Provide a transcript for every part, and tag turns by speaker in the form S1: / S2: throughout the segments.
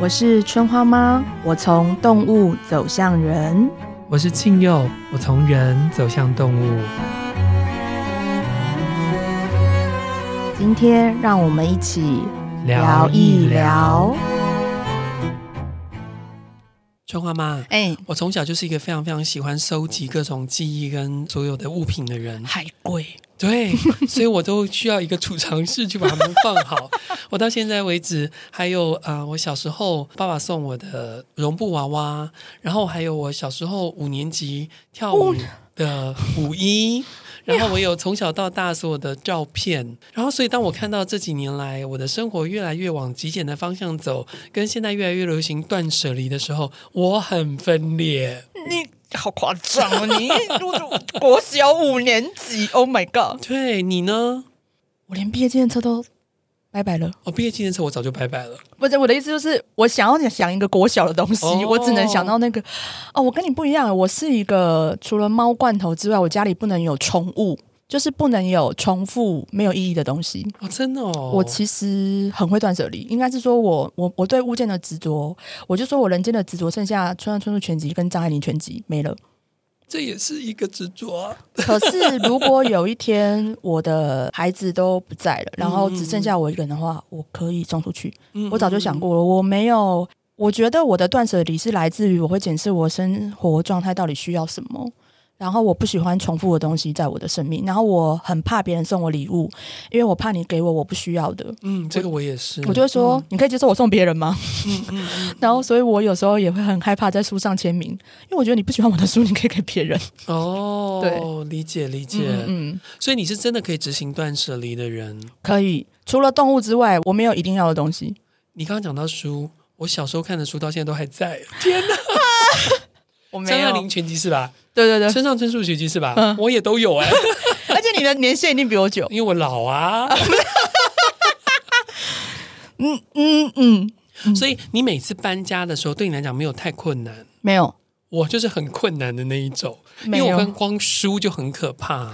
S1: 我是春花妈，我从动物走向人。
S2: 我是庆佑，我从人走向动物。
S1: 今天让我们一起
S2: 聊一聊。。春花妈，
S3: 哎，
S2: 我从小就是一个非常非常喜欢收集各种记忆跟所有的物品的人。
S3: 海龟，
S2: 对，所以我都需要一个储藏室去把它们放好。我到现在为止，还有啊、呃我小时候爸爸送我的绒布娃娃，然后还有我小时候五年级跳舞的舞衣，然后我有从小到大所有的照片。然后，所以当我看到这几年来我的生活越来越往极简的方向走，跟现在越来越流行断舍离的时候，我很分裂。
S3: 你好夸张哦！你我国小五年级，Oh my god！
S2: 对你呢？
S3: 我连毕业纪念册都拜拜了。
S2: 我、毕业纪念册我早就拜拜了。
S3: 不是我的意思，就是我想要想一个国小的东西，
S2: 哦
S3: 我只能想到那个。哦，我跟你不一样，我是一个除了猫罐头之外，我家里不能有宠物，就是不能有重复没有意义的东西。
S2: 哦，真的哦，
S3: 我其实很会断舍离，应该是说我我我对物件的执着，我就说我人间的执着剩下村上春树全集跟张爱玲全集没了。
S2: 这也是一个执着啊、
S3: 可是如果有一天我的孩子都不在了，然后只剩下我一个人的话，我可以送出去。
S2: 嗯
S3: 我早就想，过了，我没有。我觉得我的断舍离是来自于我会检视我生活状态到底需要什么，然后我不喜欢重复的东西在我的生命，然后我很怕别人送我礼物，因为我怕你给我我不需要的，
S2: 嗯，这个我也是，
S3: 我就会说、你可以接受我送别人吗？ 然后所以我有时候也会很害怕在书上签名，因为我觉得你不喜欢我的书，你可以给别人。
S2: 哦，
S3: 对
S2: 理解理解，
S3: 嗯嗯，
S2: 所以你是真的可以执行断舍离的人。
S3: 可以。除了动物之外，我没有一定要的东西。
S2: 你刚刚讲到书，我小时候看的书到现在都还在，
S3: 我
S2: 张爱玲全集 是吧？
S3: 对对对，
S2: 村上春树全集是吧？
S3: 嗯
S2: 我也 都有哎、
S3: 而且你的年限一定比我 久。
S2: 因为我老啊，
S3: 嗯嗯嗯，
S2: 所以你每次搬家的时候，对你来讲没有太困难。
S3: 没有。我
S2: 我就是很困难的那一种，因
S3: 没
S2: 为
S3: 有
S2: 我跟光书就很可怕。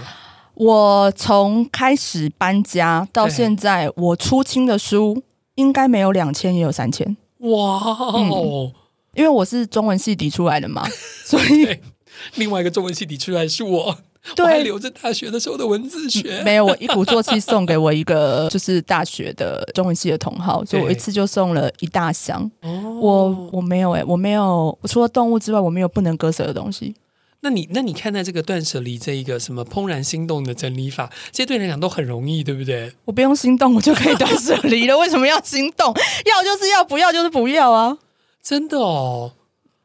S3: 我从开始搬家到
S2: 对
S3: 现在，我出清的书应该没有两千，也有三千，
S2: 哇
S3: 嗯
S2: 哦！
S3: 因为我是中文系底出来的 嘛，所以
S2: 对，另外一个中文系底出来是我，我
S3: 对
S2: 还留着大学的时候的文字 学。
S3: 没有我一鼓作气送给我一个就是大学的中文系的同好，所以我一次就送了一大箱。
S2: 哦
S3: 我我没有哎、我没有，我除了动物之外，我没有不能割舍的东西。
S2: 那你那你看待这个断舍离这一个什么怦然心动的整理法，这些对你来讲都很容易，对不对？
S3: 我不用心动，我就可以断舍离了。为什么要心动？要就是要，不要就是不要啊。
S2: 真的哦，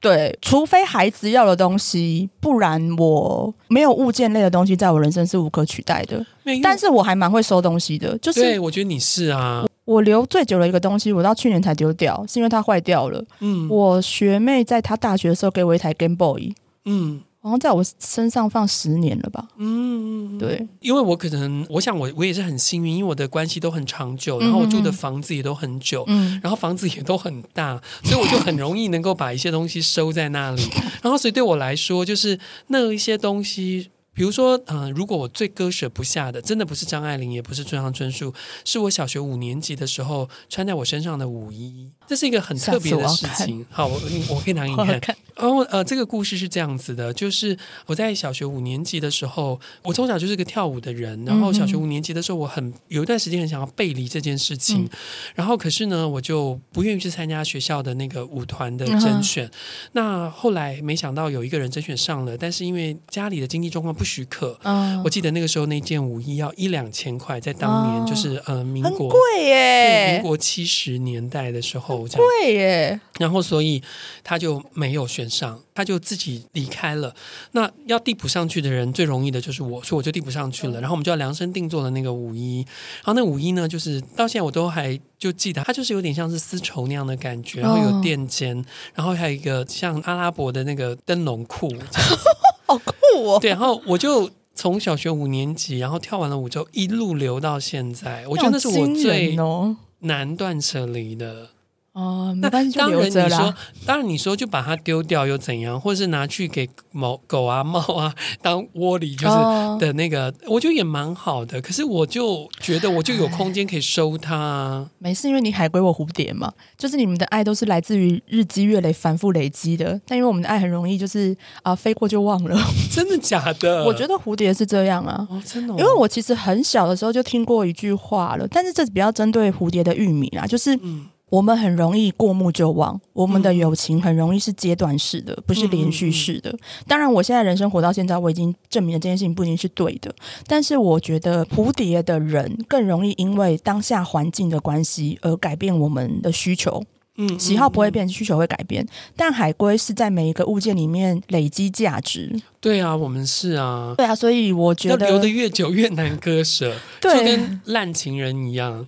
S3: 对，除非孩子要的东西，不然我没有物件类的东西在我人生是无可取代的。
S2: 没有
S3: 但是我还蛮会收东西的，就
S2: 对
S3: 是
S2: 我觉得你是啊，
S3: 我留最久的一个东西，我到去年才丢掉，是因为它坏掉了。
S2: 嗯
S3: 我学妹在她大学的时候给我一台 Game Boy，
S2: 嗯
S3: 好像在我身上放十年了吧？
S2: 嗯，
S3: 对，
S2: 因为我可能我想我我也是很幸运，因为我的关系都很长久，然后我住的房子也都很久，
S3: 嗯，
S2: 然后房子也都很大，所以我就很容易能够把一些东西收在那 里。然后，所以对我来说，就是那一些东西，比如说，嗯、如果我最割舍不下的，真的不是张爱玲，也不是村上春树，是我小学五年级的时候穿在我身上的舞衣，这是一个很特别的事
S3: 下次我要
S2: 情。好，我你我可以拿给你
S3: 好好
S2: 看。
S3: 看，
S2: 然后呃，这个故事是这样子的，就是我在小学五年级的时候，我从小就是个跳舞的人。然后
S3: 嗯
S2: 小学五年级的时候，我很有一段时间很想要背离这件事情，
S3: 嗯
S2: 然后可是呢，我就不愿意去参加学校的那个舞团
S3: 嗯
S2: 的甄选。那后来没想到有一个人甄选上了，但是因为家里的经济状况不许可。
S3: 嗯
S2: 我，记得那个时候那件舞衣要一两千块，在当年
S3: 哦
S2: 就是、呃民
S3: 很
S2: 国
S3: 贵欸
S2: 对民
S3: 耶，
S2: 国七十年代的时候这样
S3: 贵耶，
S2: 然后所以他就没有选上，他就自己离开了。那要递补上去的人最容易的就是我，所以我就递补上去了。然后我们就要量身定做了那个舞衣，然后那舞衣呢，就是到现在我都还就记得，它就是有点像是丝绸那样的感觉，然后有
S3: 哦
S2: 垫肩，然后还有一个像阿拉伯的那个灯笼裤这样
S3: 好酷哦！
S2: 对，然后我就从小学五年级，然后跳完了舞之后，一路留到现在。我觉得那是
S3: 好
S2: 我
S3: 惊人
S2: 最
S3: 哦，
S2: 难断舍离的。
S3: 哦，没
S2: 那
S3: 关系，就
S2: 当然
S3: 留
S2: 你
S3: 着
S2: 说
S3: 啦。，
S2: 当然你说就把它丢掉又怎样，或是拿去给某狗啊、猫啊当窝里，就是
S3: 哦
S2: 的那个，我觉得也蛮好的。可是我就觉得我就有空间可以收它啊。
S3: 没事，因为你海归我蝴蝶嘛，就是你们的爱都是来自于日积月累、反复累积的。但因为我们的爱很容易就是啊、飞过就忘了。
S2: 真的假的？
S3: 我觉
S2: 得
S3: 得蝴蝶是这样啊，
S2: 哦，真的哦、
S3: 因为我其实很小的时候就听过一句话了，但是这比较针对蝴蝶的玉米啦，就是
S2: 嗯
S3: 我们很容易过目就忘，我们的
S2: 嗯
S3: 友情很容易是阶段式的，不是连续式的。当然，我现在人生活到现在，我已经证明了这件事情不一定是对的，但是我觉得蝴蝶的人更容易因为当下环境的关系而改变我们的需求。
S2: 嗯
S3: 喜好不会
S2: 嗯
S3: 变，需求会改变，但海龟是在每一个物件里面累积价值。
S2: 嗯对啊，我们是啊，
S3: 对啊，所以我觉
S2: 要
S3: 得
S2: 留的越久越难割舍，就
S3: 对
S2: 跟烂情人一样。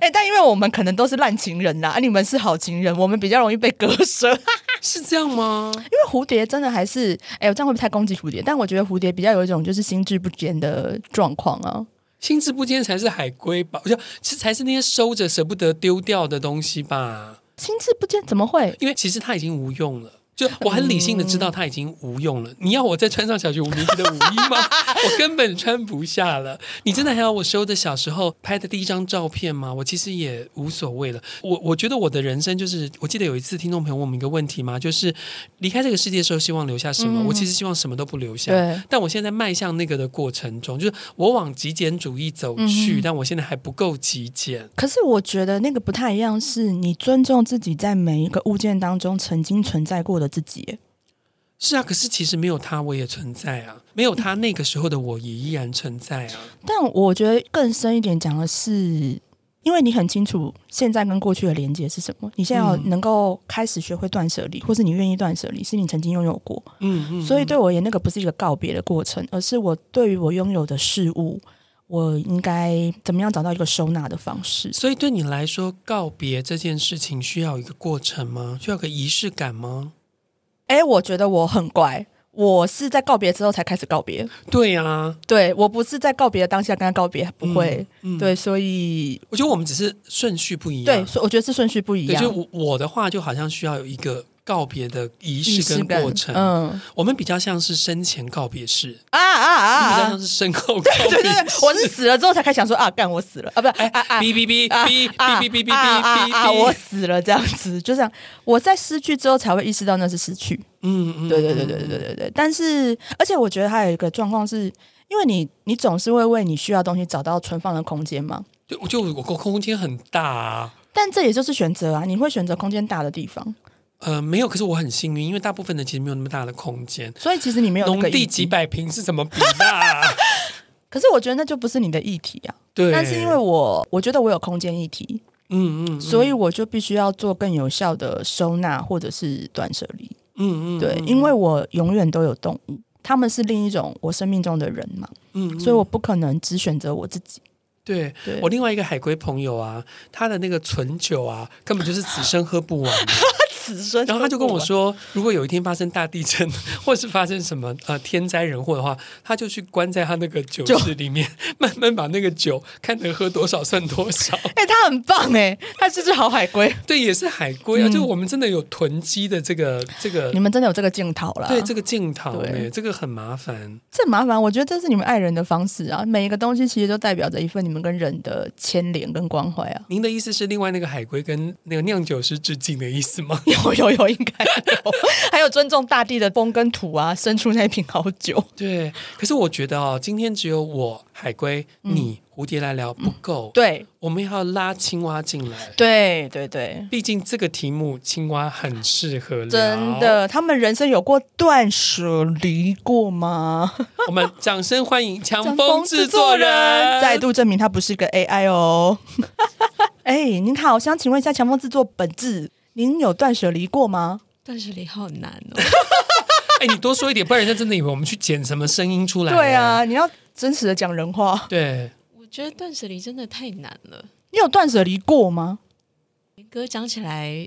S3: 哎、但因为我们可能都是烂情人啦，啊你们是好情人，我们比较容易被割舍。 因为
S2: 是这样吗？
S3: 蝴蝶真的还是，哎、我这样会不会太攻击蝴蝶？但我觉得蝴蝶比较有一种就是心智不坚的状况啊。
S2: 心智不坚才是海龟吧？就其实才是那些收着舍不得丢掉的东西吧？
S3: 心智不坚怎么会？
S2: 因为其实它已经无用了。就我很理性的知道
S3: 嗯
S2: 它已经无用了。你要我再穿上小学五年级的舞衣 吗？我根本穿不下了。你真的还要我收着小时候拍的第一张照片吗？我其实也无所谓了。我我觉得我的人生就是，我记得有一次听众朋友问我们一个问题嘛，就是离开这个世界的时候希望留下什么？
S3: 嗯
S2: 我其实希望什么都不留下。
S3: 对，
S2: 但我现在迈向那个的过程中，就是我往极简主义走
S3: 嗯
S2: 去，
S3: 哼
S2: 但我现在还不够极简。
S3: 可是我觉得那个不太一样，是你尊重自己在每一个物件当中曾经存在过的自己耶。
S2: 是啊，可是其实没有他我也存在啊，没有他那个时候的我也依然存在啊。
S3: 但我觉得更深一点讲的是，因为你很清楚现在跟过去的连接是什么，你现在要
S2: 嗯
S3: 能够开始学会断舍离，或是你愿意断舍离，是你曾经拥有过。
S2: 嗯嗯，
S3: 所以对
S2: 嗯
S3: 我而言，那个不是一个告别的过程，而是我对于我拥有的事物，我应该怎么样找到一个收纳的方式。
S2: 所以对你来说，告别这件事情需要一个过程吗？需要个仪式感吗？
S3: 哎，我觉得我很乖。我是在告别之后才开始告别，
S2: 对啊，
S3: 对我不是在告别的当下跟他告别，不会，
S2: 嗯，
S3: 对，所以
S2: 我觉得我们只是顺序不一
S3: 对，
S2: 样。
S3: 所以我觉得是顺序不一
S2: 对，
S3: 样
S2: 就，我我的话，就好像需要有一个告别的仪
S3: 仪
S2: 式
S3: 式
S2: 跟
S3: 感
S2: 过程。
S3: 嗯
S2: 我们比较像是生前告别式，
S3: 啊啊啊
S2: 你比较
S3: 啊
S2: 像是身后告别 式。
S3: 对对对，我是死了之后才开始想说啊，干我死了啊，不是
S2: 哎
S3: 啊啊啊
S2: 哔哔哔
S3: 啊
S2: 哔哔
S3: 啊
S2: 哔哔哔
S3: 啊啊
S2: 哔
S3: 啊啊！
S2: 哔，
S3: 我死了这样子，就这样。我在失去之后才会意识到那是失去。
S2: 嗯嗯，
S3: 对对对对对对对对。但是，而且我觉得还有一个状况是。因为你，你总是会为你需要的东西找到存放的空间嘛，
S2: 对，就就我空空间很大啊。
S3: 但这也就是选择啊，你会选择空间大的地方，
S2: 呃，没有，可是我很幸运，因为大部分的其实没有那么大的空间，
S3: 所以其实你没有那
S2: 农
S3: 个议
S2: 地几
S3: 题。
S2: 百平是怎么比的 啊？
S3: 可是我觉得那就不是你的议题啊。
S2: 对，
S3: 但是因为我，我觉得我有空间议题，
S2: 嗯嗯，
S3: 所以我就必须要做更有效的收纳或者是断舍离。
S2: 嗯嗯，
S3: 对，
S2: 嗯
S3: 因为我永远都有动物，他们是另一种我生命中的人嘛，
S2: 嗯，嗯
S3: 所以我不可能只选择我自己。
S2: 对
S3: 对，
S2: 我另外一个海归朋友啊，他的那个存酒啊，根本就是此生喝不完的。
S3: 此生
S2: 然后他就跟我，说，如果有一天发生大地震，或是发生什么呃天灾人祸的话，他就去关在他那个酒
S3: 就
S2: 室里面， 慢慢把那个酒看能喝多少算多少。
S3: 哎、他很棒哎、他是只好海龟。
S2: 对，也是海龟啊，
S3: 嗯
S2: 就我们真的有囤积的这个这个
S3: 你。们真的有这个镜头啦？
S2: 对这个镜头、
S3: 对
S2: 欸，这个很麻烦。
S3: 这麻烦，我觉得这是你们爱人的方式啊。每一个东西其实都代表着一份你们跟人的牵连跟关怀啊。
S2: 您的意思是另外那个海龟跟那个酿酒师致敬的意思吗？
S3: 有有有，应该有， 还有尊重大地的风跟土啊，生出那瓶好酒。
S2: 对，可是我觉得哦，今天只有我海龟、你蝴蝶来聊不够，
S3: 对
S2: 我们要拉青蛙进来。
S3: 对对对，
S2: 毕竟这个题目青蛙很适合聊
S3: 真。的，他们人生有过断舍离过吗？
S2: 我们掌声欢迎强
S3: 张
S2: 风制作人
S3: 再。度证明他不是个 AI 哦。 哎、您好，想请问一下，强风制作本质，您有断舍离过吗？
S4: 断舍离好难 哦，
S2: 哎，你多说一点，不然人家真的以为我们去剪什么声音出来。
S3: 对啊，，你要真实的讲人话。
S2: 对，
S4: 我觉得断舍离真的太难了。
S3: 你有断舍离过吗？
S4: 严格讲起来，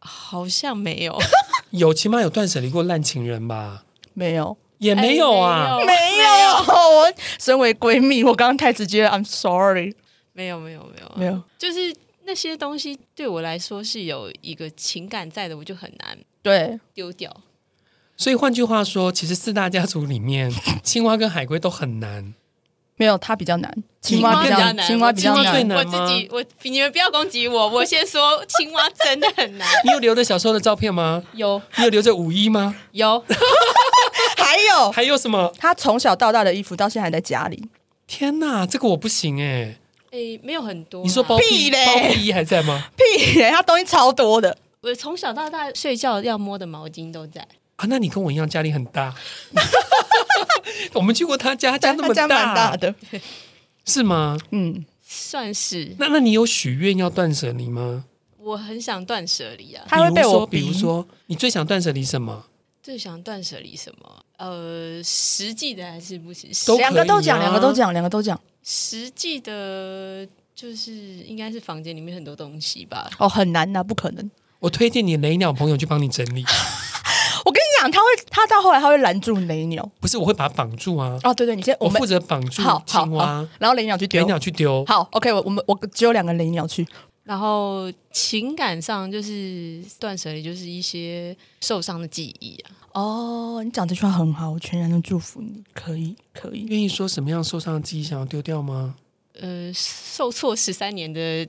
S4: 好像 没有，
S2: 有起码有断舍离过烂情人吧？
S3: 没有，
S2: 也没有啊，
S4: 哎
S3: 没有。我身为闺蜜，我刚刚太直接了，I'm sorry。
S4: 没有，没有，没有，没有啊
S3: 没有，
S4: 就是那些东西对我来说是有一个情感在的，我就很难
S3: 对，
S4: 丢掉。
S2: 所以换句话说，其实四大家族里面， 青蛙跟海龟都很难。
S3: 没有它比较难，青蛙比
S4: 比较
S3: 较
S4: 难
S3: 青蛙比较
S2: 青蛙最
S3: 难。
S2: 难
S4: 我
S2: 吗
S4: 自己，我你们不要攻击我，我先说青蛙真的 很难。
S2: 你有留着小时候的照片吗？
S4: 有
S2: 你有留着五一吗？
S4: 有，
S3: 还有
S2: 还有什么？
S3: 他从小到大的衣服到现在还在家里，
S2: 天哪，这个我不行哎、
S4: 诶，没有很多啦。啊
S2: 你说包
S3: 屁
S2: 屁
S3: 嘞
S2: 包屁衣还在吗？
S3: 屁嘞，他东西超多的。
S4: 我从小到大睡觉要摸的毛巾都在，
S2: 啊，那你跟我一样家里很大。 我们去过他家，家那么
S3: 他家蛮大的，
S2: 是吗？
S3: 嗯，
S4: 算是
S2: 那那你有许愿要断舍离吗？
S4: 我很想断舍离啊。
S3: 他会被我
S2: 比如说，比如说，你最想断舍离什么？
S4: 最想断舍离什么？呃，实际的还是不行。
S2: 都可
S4: 实
S2: 以啊
S3: 两个都讲，两个都讲，两个都讲。
S4: 实际的，就是应该是房间里面很多东西吧。
S3: 哦，很难呐、不可能。
S2: 我推荐你雷鸟朋友去帮你整理，
S3: 我跟你讲，他会，他到后来他会拦住雷鸟。
S2: 不是我会把它绑住啊，
S3: 哦，对对，你先，
S2: 我
S3: 们
S2: 负责绑住
S3: 好好
S2: 青
S3: 好
S2: 蛙，，
S3: 然后雷鸟去
S2: 雷
S3: 丢。
S2: 鸟去丢。
S3: 好，OK，我我们我只有两个雷鸟去。
S4: 然后情感上就是断舍离，就是一些受伤的记忆啊。
S3: 哦，你讲这句话很好，我全然的祝福你，可以，可以。
S2: 愿意说什么样受伤的记忆想要丢掉吗？
S4: 呃，受挫十三年的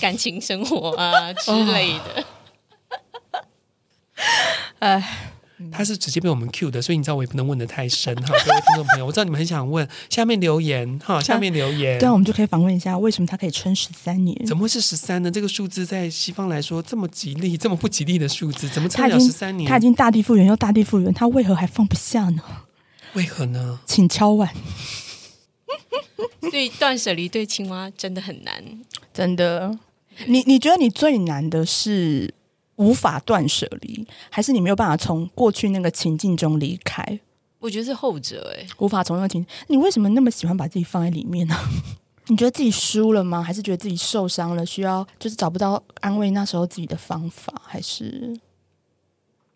S4: 感情生活啊之类的，
S3: 哎，
S2: 他是直接被我们 cue 的，所以你知道我也不能问的太深哈， 各位听众朋友，我知道你们很想问，下面留言哈，下面留言。
S3: 对啊，我们就可以访问一下，为什么他可以撑十三年？
S2: 怎么会是十三呢？这个数字在西方来说这么吉利、这么不吉利的数字，怎么
S3: 他
S2: 撑
S3: 已
S2: 了
S3: 经
S2: 十三年？
S3: 他已经大地复原又大地复原，他为何还放不下呢？
S2: 为何呢？
S3: 请敲碗，
S4: 所以断舍离对青蛙真的很难。
S3: 真的。你你觉得你最难的是无法断舍离，还是你没有办法从过去那个情境中离开？
S4: 我觉得是后者哎、
S3: 无法从那个情，你为什么那么喜欢把自己放在里面 呢、你觉得自己输了吗？还是觉得自己受伤了，需要就是找不到安慰那时候自己的方法？还是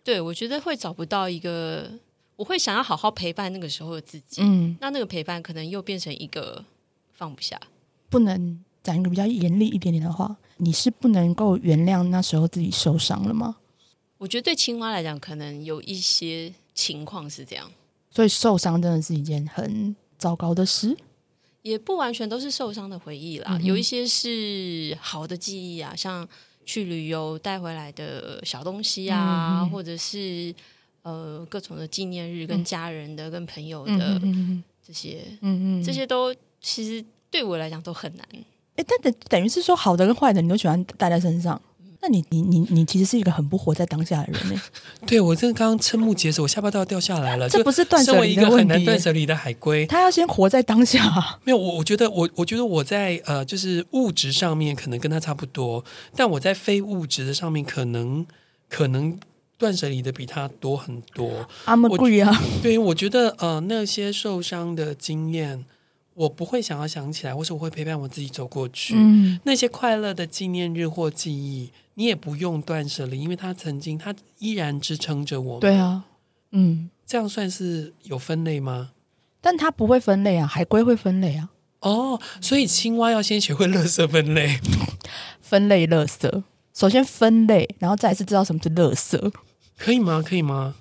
S4: 对我觉得会找不到一个，我会想要好好陪伴那个时候的自己。
S3: 嗯，
S4: 那那个陪伴可能又变成一个放不下，
S3: 不能讲一个比较严厉一点点的话，你是不能够原谅那时候自己受伤了吗？
S4: 我觉得对青蛙来讲，可能有一些情况是这样，
S3: 所以受伤真的是一件很糟糕的事。
S4: 也不完全都是受伤的回忆啦，
S3: 嗯哼
S4: 有一些是好的记忆啊，像去旅游带回来的小东西啊，
S3: 嗯哼
S4: 或者是呃各种的纪念日，跟家人的、跟朋友
S3: 嗯
S4: 的
S3: 嗯
S4: 这些，
S3: 嗯嗯，
S4: 这些都其实对我来讲都很难。
S3: 哎，但等等于是说，好的跟坏的你都喜欢带在身上。那你你你你其实是一个很不活在当下的人呢，
S2: 对我真的刚刚瞠目结舌，我下巴都要掉下来了。
S3: 这
S2: 呃就
S3: 不是断舍
S2: 身为
S3: 离
S2: 一
S3: 的
S2: 个
S3: 问
S2: 很难
S3: 题
S2: 断
S3: 耶。
S2: 舍离的海龟，
S3: 他要先活在当下啊，
S2: 没有我，我觉得我我觉得我在呃，就是物质上面可能跟他差不多，但我在非物质的上面可能可能断舍离的比他多很多。
S3: 阿们
S2: 我
S3: 贵啊，
S2: 对于我觉得呃那些受伤的经验，我不会想要想起来，或是我会陪伴我自己走过去。
S3: 嗯，
S2: 那些快乐的纪念日或记忆，你也不用断舍离，因为它曾经，它依然支撑着我。，
S3: 对啊，嗯，
S2: 这样算是有分类吗？
S3: 但他不会分类啊，海龟会分类啊，
S2: 哦，所以青蛙要先学会垃圾分类。
S3: 分类垃圾，首先分类，然后再来是知道什么是垃圾。
S2: 可以吗？可以吗？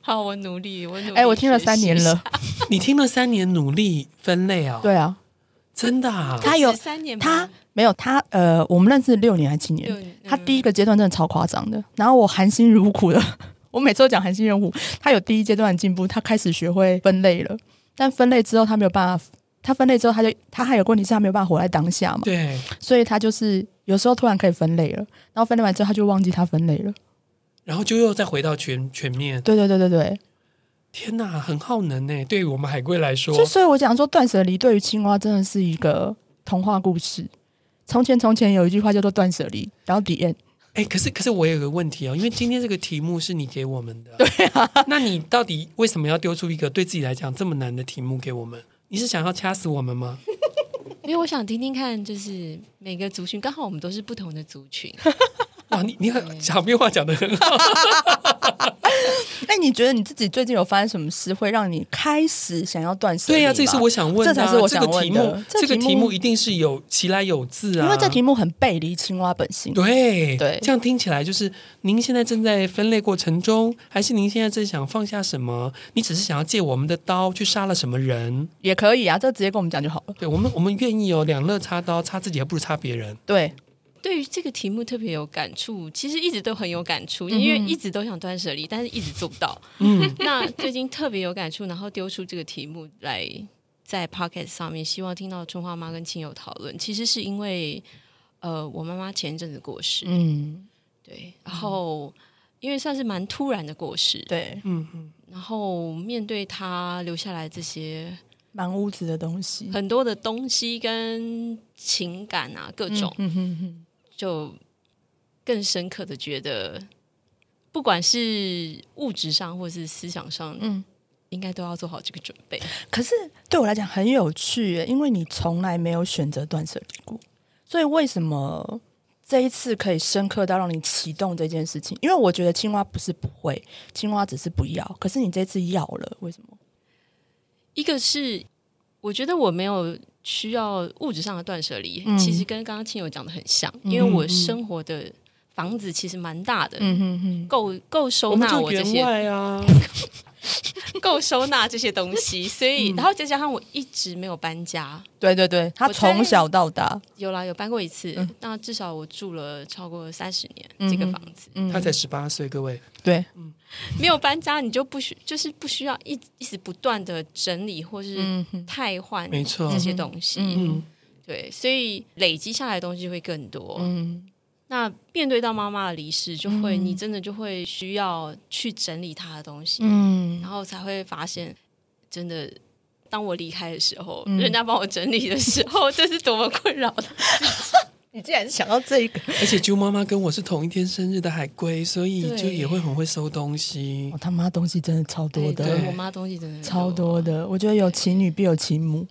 S4: 好，我努力，我努力。
S3: 哎，我听了三年，了，
S2: 你听了三年努力分类啊、哦，
S3: 对啊，
S2: 真的啊，
S3: 他有
S4: 三年吧，
S3: 他没有他呃，我们认识六年还七
S4: 六
S3: 年
S4: 年，嗯
S3: 他第一个阶段真的超夸张的。然后我含辛茹苦的， 我每次都讲含辛茹苦。他有第一阶段的进步，他开始学会分类了，但分类之后他没有办法，他分类之后他就他还有个问题是他没有办法活在当下嘛，
S2: 对，
S3: 所以他就是有时候突然可以分类了，然后分类完之后他就忘记他分类了。
S2: 然后就又再回到全全面。
S3: 对对对对对，
S2: 天哪，很耗能呢。对于啊我们海龟来说
S3: 就，所以我讲说断舍离对于青蛙真的是一个童话故事。从前从前有一句话叫做断舍离，然后 the end。
S2: 哎，可是可是我有个问题哦，因为今天这个题目是你给我 们的，对啊，那你到底为什么要丢出一个对自己来讲这么难的题目给我们？你是想要掐死我 们吗？
S4: 因为我想听听看，就是每个族群，刚好我们都是不同的族群，
S2: 哇，你你很小面话讲的很好，
S3: 哎，你觉得你自己最近有发生什么事，会让你开始想要断舍离
S2: 对
S3: 吗？
S2: 呀、这是我想问的、啊，
S3: 这才是我想
S2: 个
S3: 问
S2: 题
S3: 的
S2: 目，
S3: 这
S2: 这个
S3: 题
S2: 题
S3: 目
S2: 目一定是有其来有自啊，
S3: 因为这题目很背离青蛙本性。
S2: 对
S3: 对
S2: 这样听起来就是您现在正在分类过程中，还是您现在正想放下什么？你只是想要借我们的刀去杀了什么人？
S3: 也可以啊，这直接跟我们讲就好了。
S2: 对我们，我们愿意哦，两肋插刀，插自己还不如插别人。
S3: 对，
S4: 对于这个题目特别有感触，其实一直都很有感触，因
S3: 嗯
S4: 为一直都想断舍离，但是一直做不到。
S2: 嗯，
S4: 那最近特别有感触，然后丢出这个题目来在 Pocket 上面，希望听到春花妈跟亲友讨论。其实是因为呃，我妈妈前一阵子过世，
S3: 嗯，
S4: 对，然后因为算是蛮突然的过世，
S3: 对，
S4: 然后面对她留下来这些
S3: 满屋子的东西，
S4: 很多的东西跟情感啊，各种。
S3: 嗯哼哼，
S4: 就更深刻的觉得，不管是物质上或是思想上，
S3: 嗯
S4: 嗯，应该都要做好这个准备。
S3: 可是对我来讲很有趣耶，因为你从来没有选择断舍离过，所以为什么这一次可以深刻到让你启动这件事情？因为我觉得青蛙不是不会，青蛙只是不要，可是你这次要了，为什么？
S4: 一个是我觉得我没有需要物质上的断舍离，
S3: 嗯
S4: 其实跟刚刚亲友讲的很像，因为我生活的房子其实蛮大的，
S3: 嗯哼哼，
S4: 够够收
S2: 我们
S4: 纳
S2: 就
S4: 我这
S2: 员
S4: 些，
S2: 外啊，
S4: 够收纳这些东西，所以、
S3: 嗯
S4: 然后再加上我一直没有搬家，
S3: 对对对，他
S4: 我在
S3: 从小到大，
S4: 有啦有搬过一次，那至少我住了超过三十年、这个
S3: 嗯嗯哼
S4: 房子。
S3: 嗯
S2: 他才十八岁，各位，
S3: 对，
S4: 没有搬家，你就不需就是不需要一一直不断的整理或是
S3: 嗯哼，
S4: 汰换
S2: 没错
S4: 这，些东西。
S3: 嗯
S2: 嗯，
S4: 对，所以累积下来的东西会更多。
S3: 嗯
S4: 那面对到妈妈的离世，就会、
S3: 嗯
S4: 你真的就会需要去整理她的东西，
S3: 嗯
S4: 然后才会发现，真的当我离开的时候，
S3: 嗯
S4: 人家帮我整理的时候， 这是多么困扰的。
S3: 你竟然想到这一个，
S2: 而且啾妈妈跟我是同一天生日的海龟，所以
S4: 对
S2: 就也会很会收东西
S3: 哦我、。他妈东西真的超多的，
S4: 哎对
S2: 对
S4: 我妈东西真的很
S3: 超多。的。我觉得有其女必有其 母，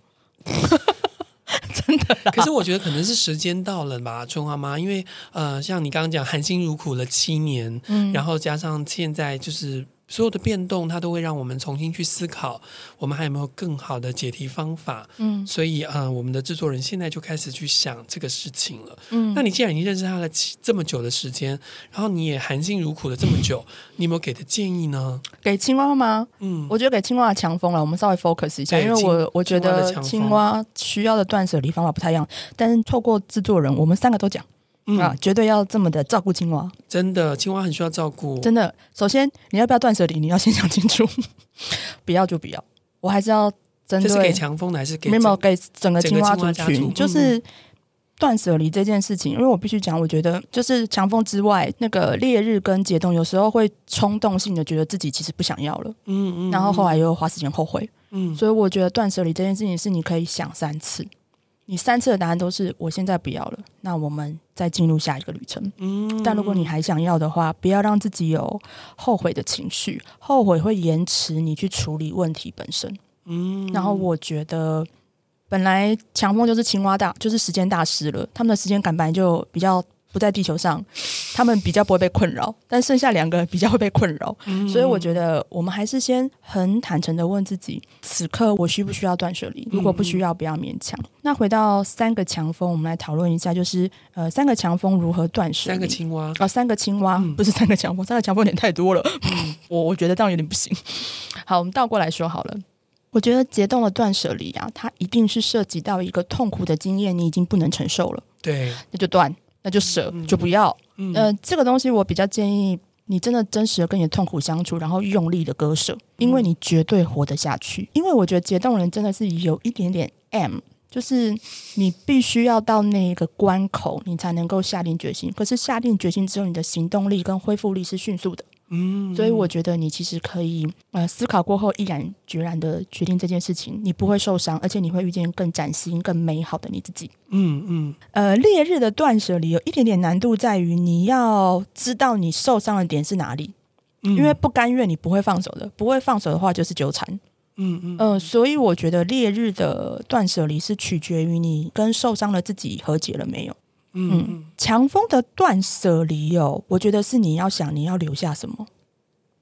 S3: 真的 啦。
S2: 可是我觉得可能是时间到了吧，春花妈，因为呃，像你刚刚讲，含辛茹苦了七年，
S3: 嗯
S2: 然后加上现在就是所有的变动，它都会让我们重新去思考，我们还有没有更好的解题方法。
S3: 嗯
S2: 所以，呃，我们的制作人现在就开始去想这个事情了。
S3: 嗯
S2: 那你既然已经认识他了七这么久的时间，然后你也含辛茹苦了这么 久，你有没有给的建议呢？
S3: 给青蛙吗？
S2: 嗯，
S3: 我觉得给青蛙的强风了，我们稍微 focus 一下，
S2: 对
S3: 因为我
S2: 青
S3: 我觉
S2: 青蛙
S3: 得
S2: 的强风
S3: 青蛙需要的断舍离方法不太一样，但是透过制作人，我们三个都讲、啊
S2: 嗯，，
S3: 绝对要这么的照顾青蛙，
S2: 真的，青蛙很需要照顾。
S3: 真的。首先，你要不要断舍离，你要先想清楚， 不要就不要，我还是要针
S2: 这是
S3: 对
S2: 给强风的还是给
S3: 没有给整个
S2: 整
S3: 青
S2: 个
S3: 蛙
S2: 青蛙
S3: 族
S2: 家
S3: 群，
S2: 族
S3: 就是断舍离这件事情。因为我必须讲，我觉得就是强风之外，那个烈日跟解冻，有时候会冲动性的觉得自己其实不想要了，
S2: 嗯嗯，
S3: 然后后来又花时间后悔。
S2: 嗯，
S3: 所以我觉得断舍离这件事情是你可以想三次，你三次的答案都是我现在不要了，那我们再进入下一个旅程。
S2: 嗯
S3: 但如果你还想要的话，不要让自己有后悔的情绪，后悔会延迟你去处理问题本身。
S2: 嗯
S3: 然后我觉得，本来强风就是青蛙大，就是时间大师了，他们的时间感本来就比较不在地球上，他们比较不会被困扰，但剩下两个比较会被困扰，
S2: 嗯
S3: 所以我觉得我们还是先很坦诚的问自己，此刻我需不需要断舍离？如果不
S2: 嗯
S3: 需要，不要勉强。那回到三个强风，我们来讨论一下，就是呃，三个强风如何断舍离？
S2: 三个青蛙，
S3: 哦，三个青蛙、不是三个强风，三个强风有点太多了， 我我觉得这样有点不行。 好，我们倒过来说好了。我觉得解冻的断舍离啊，它一定是涉及到一个痛苦的经验，你已经不能承受了，
S2: 对，
S3: 那就断，那就舍，就不要。
S2: 嗯
S3: 呃，这个东西我比较建议你真的真实的跟你的痛苦相处，然后用力的割舍，因为你绝对活得下
S2: 嗯
S3: 去。因为我觉得解冻人真的是有一点点 M，就是你必须要到那一个关口，你才能够下定决心。可是下定决心之后，你的行动力跟恢复力是迅速的。
S2: 嗯，
S3: 所以我觉得你其实可以呃思考过后，毅然决然的决定这件事情，你不会受伤，而且你会遇见更崭新、更美好的你自己。
S2: 嗯嗯
S3: 呃，烈日的断舍离有一点点难度，在于你要知道你受伤的点是哪里，
S2: 嗯，
S3: 因为不甘愿你不会放手的，不会放手的话就是纠缠。
S2: 嗯嗯
S3: 嗯、所以我觉得烈日的断舍离是取决于你跟受伤的自己和解了没有。
S2: 嗯嗯
S3: 强风的断舍离哦，我觉得是你要想你要留下什么，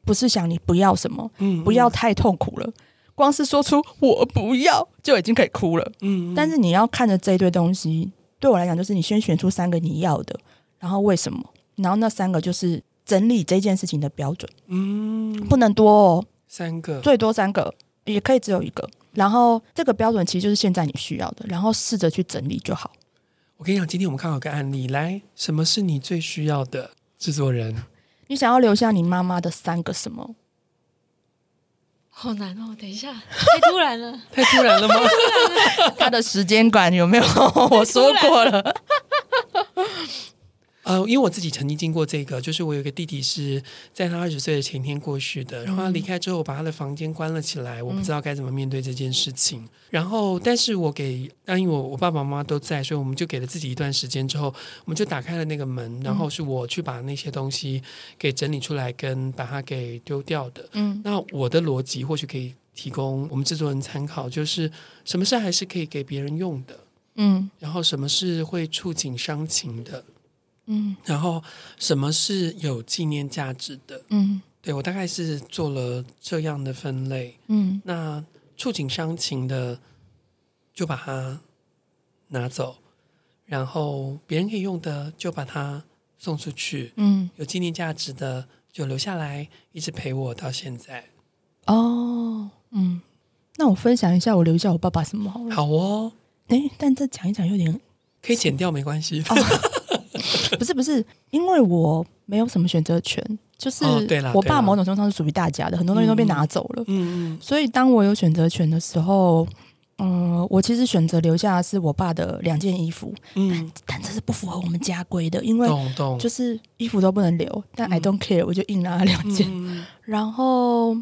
S3: 不是想你不要什么，
S2: 嗯
S3: 不要，太痛苦了。光是说出我不要就已经可以哭了，
S2: 嗯，嗯
S3: 但是你要看着这一堆东西，对我来讲就是你先选出三个你要的，然后为什么，然后那三个就是整理这件事情的标准，
S2: 嗯，
S3: 不能多哦，
S2: 三个，
S3: 最多三个，也可以只有一个。然后这个标准其实就是现在你需要的，然后试着去整理就好。
S2: 我跟你讲，今天我们看到有个案例，来，什么是你最需要的制作人？
S3: 你想要留下你妈妈的三个什么？
S4: 好难哦，等一下，太突然了。
S2: 太突然了吗？
S3: 她的时间管有没有？我说过了，
S2: 呃，因为我自己曾经经过这个，就是我有一个弟弟是在他二十岁的前一天过世的，然后他离开之后，我把他的房间关了起来，我不知道该怎么面对这件事情。然后，但是我给，那因为我我爸爸妈妈都在，所以我们就给了自己一段时间之后，我们就打开了那个门，然后是我去把那些东西给整理出来，跟把它给丢掉的。
S3: 嗯，
S2: 那我的逻辑或许可以提供我们制作人参考，就是什么事还是可以给别人用的，
S3: 嗯
S2: 然后什么是会触景伤情的。
S3: 嗯
S2: 然后什么是有纪念价值的？
S3: 嗯
S2: 对我大概是做了这样的分类。
S3: 嗯
S2: 那触景伤情的就把它拿走，然后别人可以用的就把它送出去，
S3: 嗯，
S2: 有纪念价值的就留下来，一直陪我到现在。
S3: 哦，嗯。那我分享一下，我留下我爸爸什么好了。
S2: 好哦，
S3: 哎，但这讲一讲有点
S2: 可以剪掉没关
S3: 哦
S2: 系。
S3: 不是不是，因为我没有什么选择权，就是
S2: 哦对啦
S3: 我
S2: 对
S3: 爸
S2: 啦
S3: 某种程度上是属于大家的，很多东西都被拿走了。
S2: 嗯
S3: 所以当我有选择权的时候，嗯、我其实选择留下的是我爸的两件衣服，
S2: 嗯，
S3: 但这是不符合我们家规的，因为
S2: 懂懂，
S3: 就是衣服都不能留，但 I don't care，、我就硬拿了两件。
S2: 嗯
S3: 然后，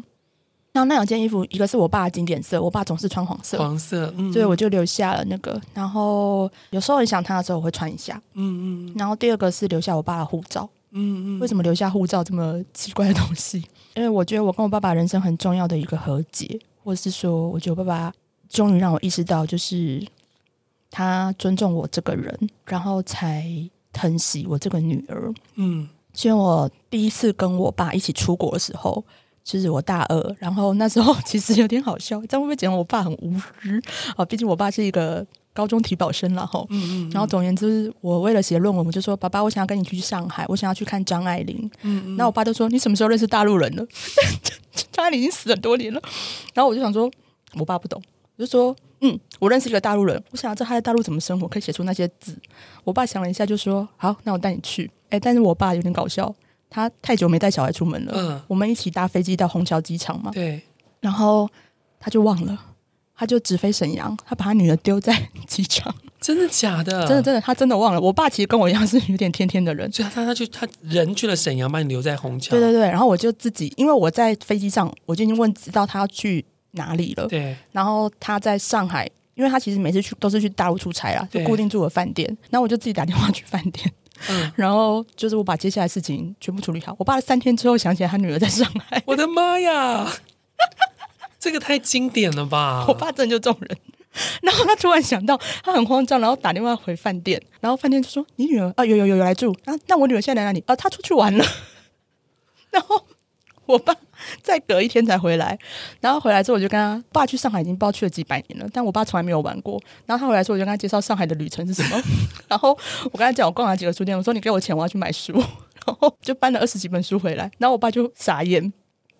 S3: 那那两件衣服，一个是我爸的经典色，我爸总是穿黄色，
S2: 黄色，嗯，
S3: 所以我就留下了那个。然后有时候很想他的时候，我会穿一下。
S2: 嗯嗯
S3: 然后第二个是留下我爸的护照。
S2: 嗯嗯，
S3: 为什么留下护照这么奇怪的东西？ 因为我觉得我跟我爸爸人生很重要的一个和解，或是说，我觉得我爸爸终于让我意识到，就是他尊重我这个人，然后才疼惜我这个女儿。
S2: 嗯
S3: 所以我第一次跟我爸一起出国的时候。就是我大二，然后那时候 其实有点好笑，这样会不会讲我爸很无知啊？毕竟我爸是一个高中体保生啦，吼。
S2: 嗯嗯，
S3: 然后总而言之，我为了写论文，我就说：“爸爸，我想要跟你去上海，我想要去看张爱玲。”
S2: 嗯
S3: 然后我爸就说：“你什么时候认识大陆人的？ 张爱玲已经死很多年了。”然后我就想说，我爸不懂，我就说：“嗯，我认识一个大陆人，我想要知道他在大陆怎么生活，可以写出那些字。”我爸想了一下，就说：“好，那我带你去。”哎，但是我爸有点搞笑，他太久没带小孩出门了。
S2: 嗯
S3: 我们一起搭飞机到虹桥机场嘛，
S2: 对，
S3: 然后他就忘了。他就直飞沈阳，他把他女儿丢在机场，
S2: 真的假的？
S3: 真的真的，他真的忘了。我爸其实跟我一样是有点天天的人，
S2: 所以他他去他人去了沈阳，把你留在虹桥。
S3: 对对对，然后我就自己，因为我在飞机上，我就已经问知道他要去哪里了。
S2: 对
S3: 然后他在上海，因为他其实每次去都是去大陆出差啦，就
S2: 对
S3: 固定住我饭店。然后我就自己打电话去饭店，
S2: 嗯，
S3: 然后就是我把接下来事情全部处理好。我爸三天之后想起来他女儿在上海，
S2: 我的妈呀， 这个太经典了吧！
S3: 我爸真的就这种人。 然后他突然想到，他很慌张，然后打电话回饭店，然后饭店就说：“你女儿啊，有有有有来住啊？那我女儿现在在哪里？啊，她出去玩了。” 然后我爸再隔一天才回来，然后回来之后我就跟他爸去上海已经不知道去了几百年了，但我爸从来没有玩过。然后他回来之后我就跟他介绍上海的旅程是什么， 然后我跟他讲我逛了几个书店，我说你给我钱我要去买书，然后就搬了二十几本书回来，然后我爸就傻眼。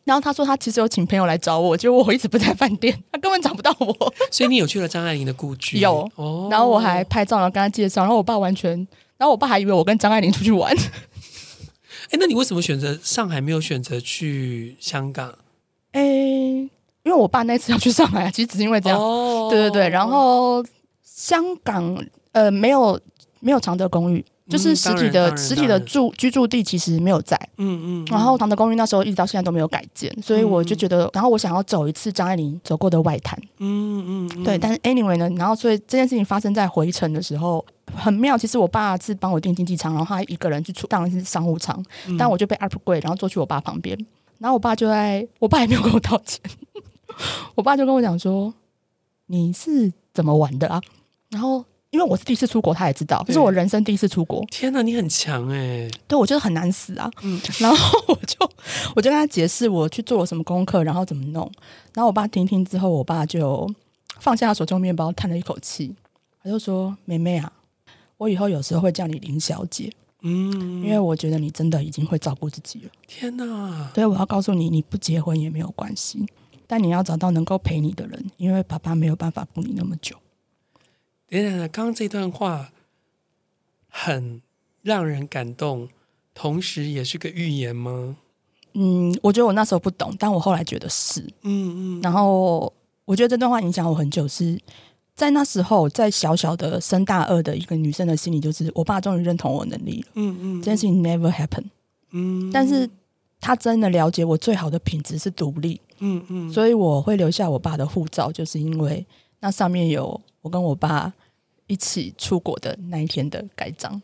S3: 然后他说他其实有请朋友来找我，结果我一直不在饭店，他根本找不到我。
S2: 所以你有去了张爱玲的故居？
S3: 有
S2: 哦
S3: 然后我还拍照，然后跟他介绍，然后我爸完全，然后我爸还以为我跟张爱玲出去玩，
S2: 哎，那你为什么选择上海，没有选择去香港？
S3: 哎，因为我爸那次要去上海，其实只是因为这样，
S2: 哦
S3: 对对对，然后香港呃没有没有常德公寓，就是
S2: 嗯
S3: 实
S2: 当
S3: 体
S2: 然
S3: 的、
S2: 当然
S3: 实体的
S2: 当然
S3: 住居住地其实没有在，
S2: 嗯嗯，
S3: 然后常德公寓那时候一直到现在都没有改建，所以我就觉得，然后我想要走一次张爱玲走过的外滩，
S2: 嗯嗯嗯，
S3: 对，但是 anyway 呢，然后所以这件事情发生在回程的时候很妙。其实我爸是帮我订经济舱，然后他一个人去出，当然是商务舱，
S2: 嗯
S3: 但我就被 upgrade，然后坐去我爸旁边，然后我爸就在，我爸也没有跟我道歉， 我爸就跟我讲说你是怎么玩的啊？然后因为我是第一次出国，他也知道，这
S2: 对
S3: 是我人生第一次出国，
S2: 天哪，你很强哎、
S3: 对我就是很难死啊。 然后我就我就跟他解释我去做了什么功课，然后怎么弄。然后我爸听听之后，我爸就放下手中面包，叹了一口气，他就说：“妹妹啊，我以后有时候会叫你林小姐，
S2: 嗯，
S3: 因为我觉得你真的已经会照顾自己了。
S2: 天哪，
S3: 所以我要告诉你，你不结婚也没有关系，但你要找到能够陪你的人，因为爸爸没有办法顾你那么久。
S2: 等一下，刚刚这段话很让人感动，同时也是个预言吗？”
S3: 嗯，我觉得我那时候不懂，但我后来觉得是。
S2: 嗯嗯，
S3: 然后我觉得这段话影响我很久是，在那时候，在小小的升大二的一个女生的心里，就是我爸终于认同我能力了，
S2: 嗯嗯，
S3: 这件事情 never happen。
S2: 嗯，
S3: 但是他真的了解我最好的品质是独立，
S2: 嗯嗯，
S3: 所以我会留下我爸的护照，就是因为那上面有我跟我爸一起出国的那一天的盖章。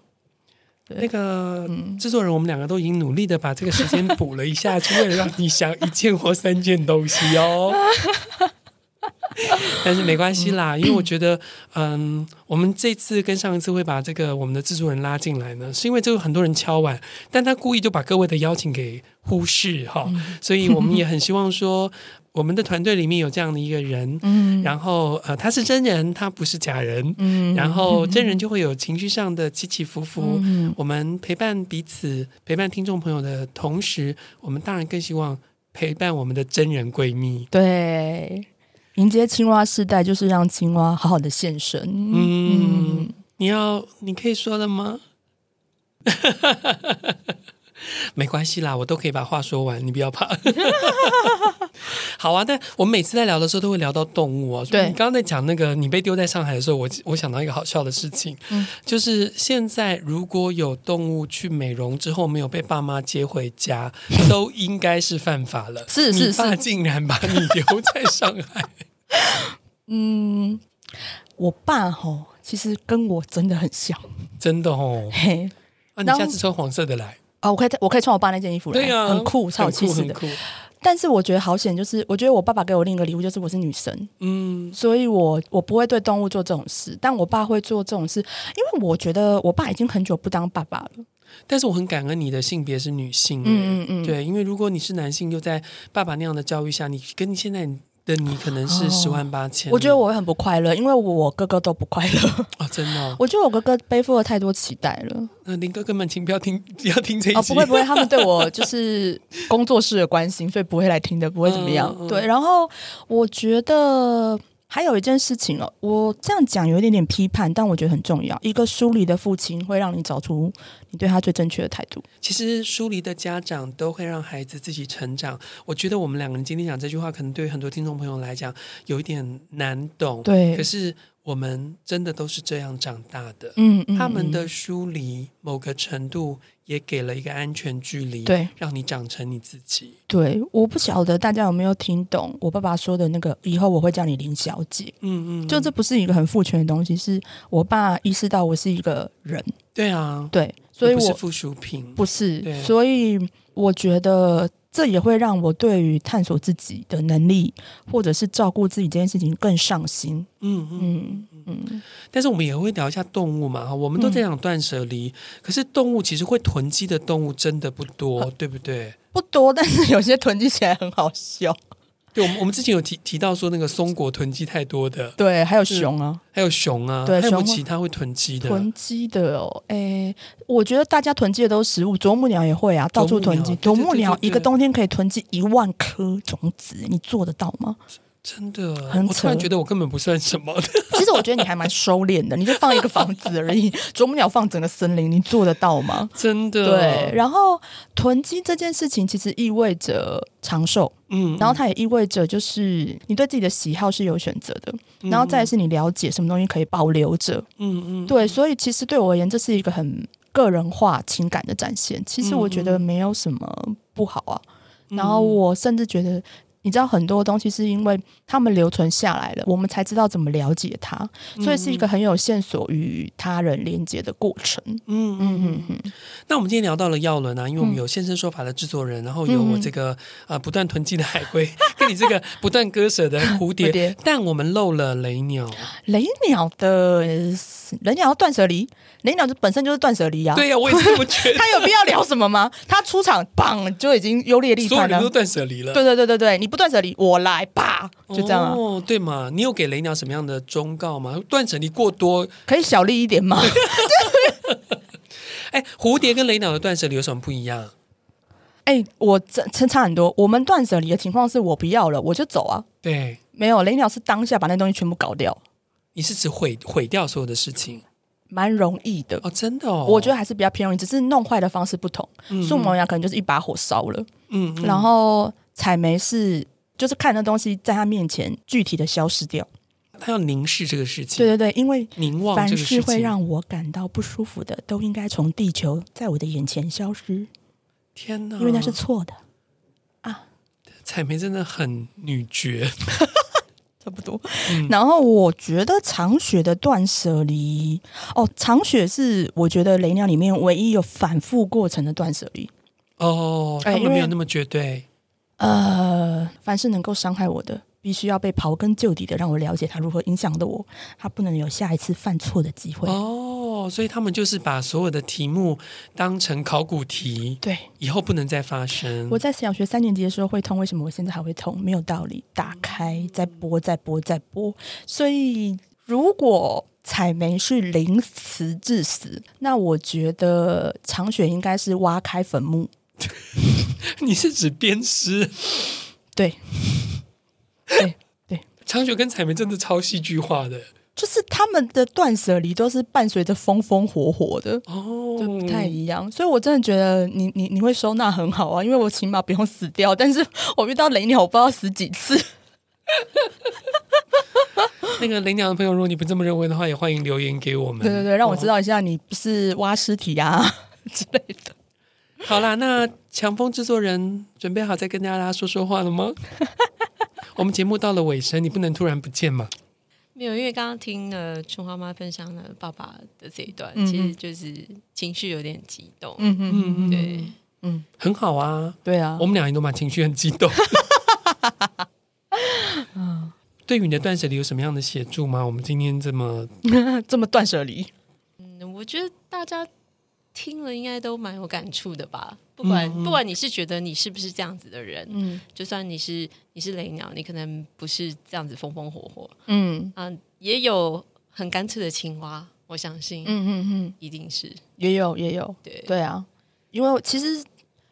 S2: 那个制作人，我们两个都已经努力的把这个时间补了一下，是为了让你想一件或三件东西哦。 但是没关系啦，因为我觉得，嗯，我们这次跟上一次会把这个我们的制作人拉进来呢，是因为这个很多人敲碗，但他故意就把各位的邀请给忽视哈，所以我们也很希望说，我们的团队里面有这样的一个人，
S3: 嗯
S2: 然后呃，他是真人，他不是假人，
S3: 嗯
S2: 然后真人就会有情绪上的起起伏伏。
S3: 嗯
S2: 我们陪伴彼此、陪伴听众朋友的同时，我们当然更希望陪伴我们的真人闺蜜。
S3: 对。迎接青蛙世代，就是让青蛙好好的现身。
S2: 嗯，你要你可以说了吗？ 没关系啦，我都可以把话说完，你不要怕。 好啊，但我们每次在聊的时候都会聊到动物哦。
S3: 对
S2: 你刚刚在讲那个你被丢在上海的时候，我我想到一个好笑的事情，
S3: 嗯
S2: 就是现在如果有动物去美容之后没有被爸妈接回 家，都应该是犯法了。
S3: 是是
S2: 你爸
S3: 是
S2: 竟然把你留在上海，
S3: 嗯，我爸吼，其实跟我真的很像。
S2: 真的哦。
S3: 嘿，
S2: 啊，你
S3: 然后
S2: 下次穿黄色的来。
S3: 哦，我可以我可以穿我爸那件衣服来，
S2: 对呀、
S3: 很酷，超有气势
S2: 很
S3: 的。
S2: 酷很酷
S3: 但是我觉得好险，就是我觉得我爸爸给我另一个礼物，就是我是女生，
S2: 嗯
S3: 所以我我不会对动物做这种事，但我爸会做这种事，因为我觉得我爸已经很久不当爸爸了。，
S2: 但是我很感恩你的性别是女性，嗯
S3: 嗯嗯嗯，，
S2: 对，因为如果你是男性，又在爸爸那样的教育下，你跟你现在的你可能是
S3: 哦
S2: 十万八千里，
S3: 我觉得我会很不快乐，因为我哥哥都不快乐。
S2: 哦，真的哦、
S3: 我觉得我哥哥背负了太多期待了。
S2: 那林哥哥们，请不要听，不要 听这一集，
S3: 哦，不会不会，他们对我就是工作室的关心，所以不会来听的，不会怎么样。
S2: 嗯嗯
S3: 对，然后我觉得还有一件事情哦，我这样讲有一点点批判，但我觉得很重要。一个疏离的父亲会让你找出你对他最正确的态度。
S2: 其实疏离的家长都会让孩子自己成长。我觉得我们两个人今天讲这句话，可能对很多听众朋友来讲有一点难懂，
S3: 对
S2: 可是我们真的都是这样长大的。
S3: 嗯嗯，
S2: 他们的
S3: 嗯
S2: 疏离，某个程度也给了一个安全距离，
S3: 对
S2: 让你长成你自己。
S3: 对，我不晓得大家有没有听懂我爸爸说的那个，以后我会叫你林小姐。
S2: 嗯嗯，
S3: 就这不是一个很父权的东西，是我爸意识到我是一个人，
S2: 对啊，
S3: 对，所以
S2: 你不
S3: 我
S2: 是附属品，
S3: 不是
S2: 对，
S3: 所以我觉得这也会让我对于探索自己的能力，或者是照顾自己这件事情更上心。
S2: 嗯嗯。
S3: 嗯嗯，
S2: 但是我们也会聊一下动物嘛，哈我们都在讲断舍
S3: 嗯
S2: 离，可是动物其实会囤积的动物真的不
S3: 呃
S2: 多，对不对？
S3: 不多，但是有些囤积起来很好笑。
S2: 对，我们我们之前有提提到说那个松果囤积太多的，
S3: 对，还有熊啊，
S2: 还有熊啊，
S3: 对
S2: 还有没有
S3: 熊会
S2: 其他会囤积的？
S3: 囤积的哦。诶，我觉得大家囤积的都是食物，啄木鸟也会啊，到处囤积。啄
S2: 啄
S3: 木
S2: 木鸟对对
S3: 鸟
S2: 对对
S3: 一个冬天可以囤积一万颗种子，你做得到吗？
S2: 真的，
S3: 很
S2: 我突然
S3: 扯
S2: 觉得我根本不算什么的。
S3: 其实我觉得你还蛮收敛的，你就放一个房子而已，啄木鸟放整个森林，你做得到吗？
S2: 真的。
S3: 对，然后囤积这件事情其实意味着长寿，
S2: 嗯，
S3: 然后它也意味着就是你对自己的喜好是有选择的，
S2: 嗯
S3: 然后再来是你了解什么东西可以保留着。
S2: 嗯嗯，
S3: 对，所以其实对我而言，这是一个很个人化情感的展现。其实我觉得没有什么不好啊，
S2: 嗯
S3: 然后我甚至觉得。你知道很多东西是因为他们留存下来了，我们才知道怎么了解它，所以是一个很有线索与他人连接的过程。
S2: 嗯嗯
S3: 嗯嗯嗯，
S2: 那我们今天聊到了药轮啊，因为我们
S3: 嗯
S2: 有现身说法的制作人，然后有我
S3: 嗯
S2: 这个呃不断囤积的海龟， 跟你这 个不断割舍的蝴蝶，
S3: 蝴蝶
S2: 但我们漏了雷鸟。
S3: 雷鸟的呃雷鸟断舍离，雷鸟就本身就是断舍离啊。
S2: 对呀、我也是这么觉得。
S3: 他有必要聊什么 吗？他出场棒就已经优劣 立
S2: 所有
S3: 判
S2: 人都
S3: 了。
S2: 断舍离了，
S3: 对对对对对，你不断舍离，我来吧，就这样啊。
S2: 哦，对嘛？你有给雷鸟什么样的忠告吗？断舍离过多，
S3: 可以小力一点 吗？
S2: 哎，蝴蝶跟雷鸟的断舍离有什么不一样？
S3: 哎、我真真差很多。我们断舍离的情况是我不要了，我就走啊。
S2: 对，
S3: 没有雷鸟是当下把那东西全部搞掉，
S2: 你是指毁毁掉所有的事情
S3: 蛮容易的。
S2: 哦？真的哦，
S3: 我觉得还是比较偏容易，只是弄坏的方式不同。树萌芽可能就是一把火烧了，
S2: 嗯，嗯
S3: 然后采梅是就是看那东西在他面前具体的消失掉。
S2: 他要凝视这个事情，
S3: 对对对，因为
S2: 凝望
S3: 凡
S2: 这个事
S3: 是
S2: 情，
S3: 会让我感到不舒服的，都应该从地球在我的眼前消失，
S2: 天哪，
S3: 因为那是错的。
S2: 彩梅真的很女爵，
S3: 差不多。然后我觉得长雪的断舍离，哦，长雪是我觉得雷鸟里面唯一有反复过程的断舍离。
S2: 哦，他
S3: 哎因
S2: 们
S3: 为
S2: 没有那么绝对，
S3: 呃，凡是能够伤害我的，必须要被刨根究底的让我了解它如何影响的我，它不能有下一次犯错的机会。
S2: 哦，所以他们就是把所有的题目当成考古题，
S3: 对，
S2: 以后不能再发生。
S3: 我在小学三年级的时候会痛，为什么我现在还会痛？没有道理。打开，再播，再播，再播。所以，如果采梅是凌迟致死，那我觉得长雪应该是挖开坟墓。
S2: 你是指鞭尸？
S3: 对，对，
S2: 长雪跟彩梅真的超戏剧化的
S3: 就是他们的断舍离都是伴随着风风火火的，
S2: 哦，
S3: 就不太一样。所以我真的觉得你你你会收纳很好啊，因为我起码不用死掉。但是我遇到雷鸟，我不知道死几次。
S2: 那个雷鸟的朋友，如果你不这么认为的话，也欢迎留言给我们。哦
S3: 对对对，让我知道一下，你不是挖尸体啊之类的。
S2: 好啦，那强风制作人准备好再跟大家说说话 了吗？我们节目到了尾声，你不能突然不见嘛。
S4: 没有，因为刚刚听了春花妈分享了爸爸的这一段，
S3: 嗯嗯
S4: 其实就是情绪有点激动。
S3: 嗯嗯，
S2: 嗯，
S4: 对，
S2: 很好啊。
S3: 对啊
S2: 我，们两人都蛮情绪很激动。对于你的断舍离有什么样的协助吗？我们今天这么
S3: 这么断舍离，
S4: 嗯，我觉得大家听了应该都蛮有感触的吧。不管、
S2: 嗯嗯
S4: 不管你是觉得你是不是这样子的人，
S3: 嗯
S4: 就算你是你是雷鸟，你可能不是这样子风风火火，
S3: 嗯
S4: 嗯、也有很干脆的青蛙，我相信、
S3: 嗯嗯嗯，
S4: 一定是
S3: 也有也有，
S4: 对
S3: 对啊，因为其实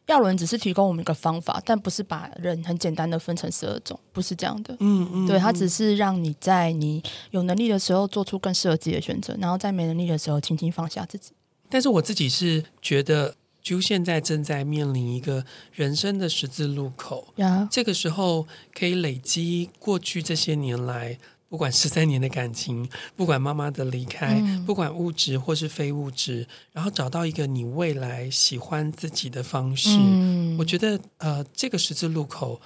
S3: 亚伦只是提供我们一个方法，但不是把人很简单的分成十二种，不是这样的。
S2: 嗯嗯，
S3: 对，它
S2: 嗯
S3: 只是让你在你有能力的时候做出更适合自己的选择，然后在没能力的时候轻轻放下自己。
S2: 但是我自己是觉得，就现在正在面临一个人生的十字路口，
S3: 呀，
S2: 这个时候可以累积过去这些年来，不管十三年的感情，不管妈妈的离开，
S3: 嗯
S2: 哎不管物质或是非物质，然后找到一个你未来喜欢自己的方式。
S3: 嗯
S2: 我觉得呃，这个十字路口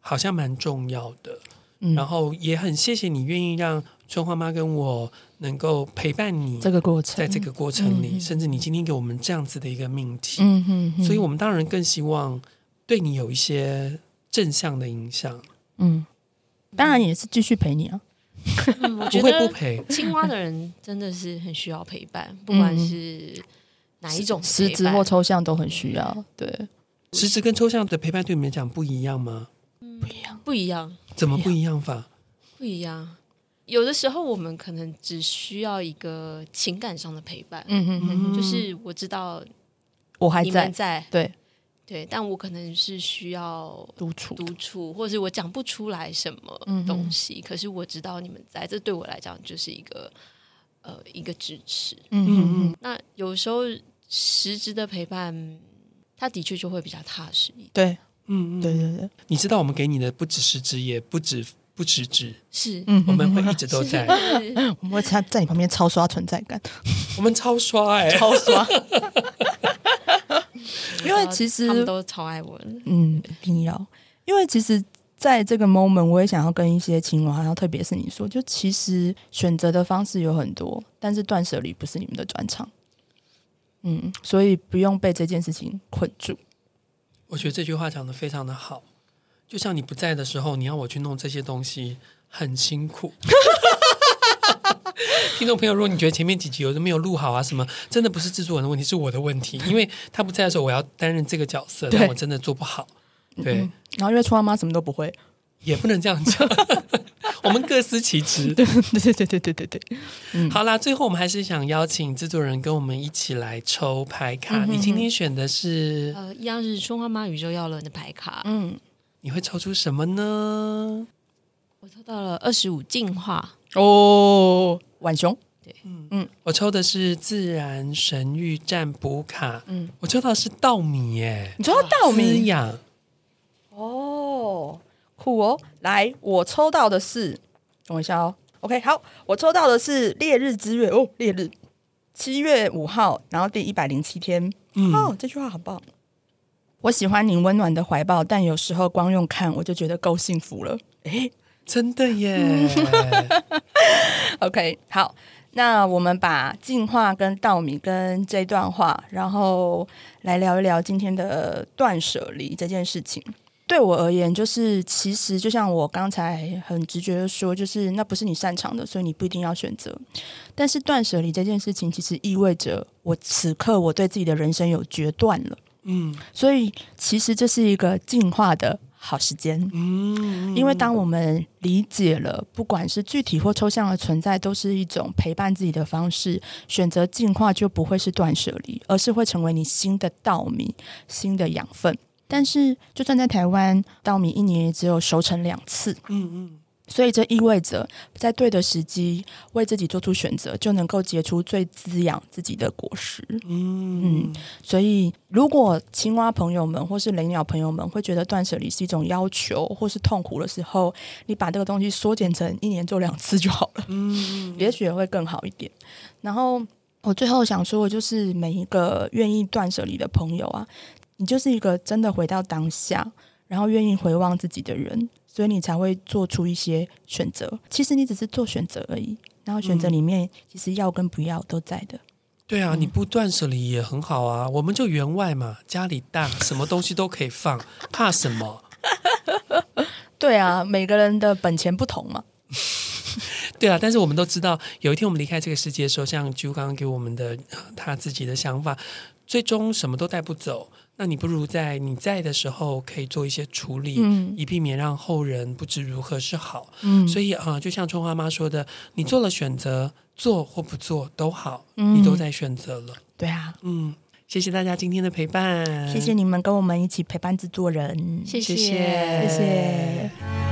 S2: 好像蛮重要的，
S3: 嗯
S2: 然后也很谢谢你愿意让春花妈跟我能够陪伴你
S3: 这个过程，
S2: 在这个过程里，
S3: 嗯嗯
S2: 甚至你今天给我们这样子的一个命题，
S3: 嗯哼哼，
S2: 所以我们当然更希望对你有一些正向的影响，
S3: 嗯，当然也是继续陪你啊。
S4: 嗯，我
S2: 不
S4: 觉
S2: 会不
S4: 得
S2: 赔。
S4: 青蛙的人真的是很需要陪伴，不管
S3: 嗯
S4: 是哪一种
S3: 实
S4: 陪
S3: 质
S4: 伴
S3: 或抽象都很需要，对，
S2: 实质跟抽象的陪伴对你们来讲不一样吗？
S3: 不一样。
S4: 不一样，
S2: 怎么不一样法？
S4: 不一样。有的时候我们可能只需要一个情感上的陪伴，
S3: 嗯嗯嗯，
S2: 嗯
S4: 就是我知道
S3: 我还
S4: 你们
S3: 在
S4: 在，
S3: 对
S4: 对，但我可能是需要
S3: 独处，
S4: 独处，或者是我讲不出来什么
S3: 嗯哼
S4: 东西，可是我知道你们在，这对我来讲就是一个呃一个支持。
S3: 嗯嗯嗯，
S4: 那有时候实质的陪伴，他的确就会比较踏实一点。
S3: 对
S2: 嗯，
S3: 对对对，
S2: 你知道我们给你的不只是职业，不止不止职，
S4: 是，
S3: 嗯，
S2: 我们会一直都在，
S4: 是
S3: 我们会在在你旁边超刷存在感，
S2: 我们超刷哎、
S3: 超 刷。因为其
S4: 他们
S3: 实，
S4: 都超爱我的。
S3: 嗯，一定要，因为其实在这个 moment，我也想要跟一些青蛙，然后特别是你说，就其实选择的方式有很多，但是断舍离不是你们的专长，嗯，所以不用被这件事情困住。
S2: 我觉得这句话讲的非常的好，就像你不在的时候，你要我去弄这些东西，很辛苦。 听众朋友，如果你觉得前面几集有的没有录好啊，什么真的不是制作人的问题，是我的问题，因为他不在的时候，我要担任这个角色，
S3: 对
S2: 但我真的做不好。对，
S3: 嗯然后因为春花妈什么都不会，
S2: 也不能这样讲， 我们各司其职。嗯
S3: 对对对对对对对，
S2: 好啦，最后我们还是想邀请制作人跟我们一起来抽牌卡。
S3: 嗯哼
S2: 你今天选的是，
S4: 呃，一样是春花妈宇宙耀伦的牌卡，
S3: 嗯，
S2: 你会抽出什么呢？
S4: 我抽到了二十五进化，
S3: 哦，浣熊，
S2: 我抽的是自然神域占卜卡，
S3: 嗯，
S2: 我抽到的是稻米耶，
S3: 你说到稻
S2: 滋
S3: 米
S2: 养
S3: 哦，酷哦！来，我抽到的是，等我一下哦。OK，好，我抽到的是烈日之月哦，烈日，七月五号，然后第一百零七天。
S2: 嗯
S3: 哦，这句话好棒。我喜欢你温暖的怀抱，但有时候光用看我就觉得够幸福了。
S2: 真的耶，
S3: OK，好，那我们把进化跟稻米跟这段话，然后来聊一聊今天的断舍离这件事情。对我而言，就是其实就像我刚才很直觉的说，就是那不是你擅长的，所以你不一定要选择。但是断舍离这件事情，其实意味着我此刻我对自己的人生有决断了，
S2: 嗯
S3: 所以其实这是一个进化的好时间。
S2: 嗯，
S3: 因为当我们理解了，不管是具体或抽象的存在，都是一种陪伴自己的方式。选择进化就不会是断舍离，而是会成为你新的稻米、新的养分。但是，就算在台湾，稻米一年也只有熟成两次，
S2: 嗯嗯
S3: 所以这意味着在对的时机为自己做出选择，就能够结出最滋养自己的果实。
S2: 嗯
S3: 所以，如果青蛙朋友们或是雷鸟朋友们会觉得断舍离是一种要求或是痛苦的时候，你把这个东西缩减成一年做两次就好了，
S2: 嗯
S3: 也许也会更好一点。然后，我最后想说的就是，每一个愿意断舍离的朋友啊，你就是一个真的回到当下，然后愿意回望自己的人，所以你才会做出一些选择。其实你只是做选择而已，然后选
S2: 嗯
S3: 择里面其实要跟不要都在的。
S2: 对
S3: 嗯
S2: 啊，你不断舍离也很好啊，我们就员外嘛，家里大，什么东西都可以放，怕什么？
S3: 对啊，每个人的本钱不同嘛。
S2: 对啊，但是我们都知道，有一天我们离开这个世界的时候，像啾刚刚给我们的呃他自己的想法，最终什么都带不走。那你不如在你在的时候可以做一些处理，
S3: 嗯
S2: 以避免让后人不知如何是好。
S3: 嗯
S2: 所以啊、呃就像春花妈说的，你做了选择，做或不做都好，你都在选择了。
S3: 对啊，
S2: 嗯，谢谢大家今天的陪伴，
S3: 谢谢你们跟我们一起陪伴制作人，
S4: 谢
S2: 谢
S4: 谢
S3: 谢谢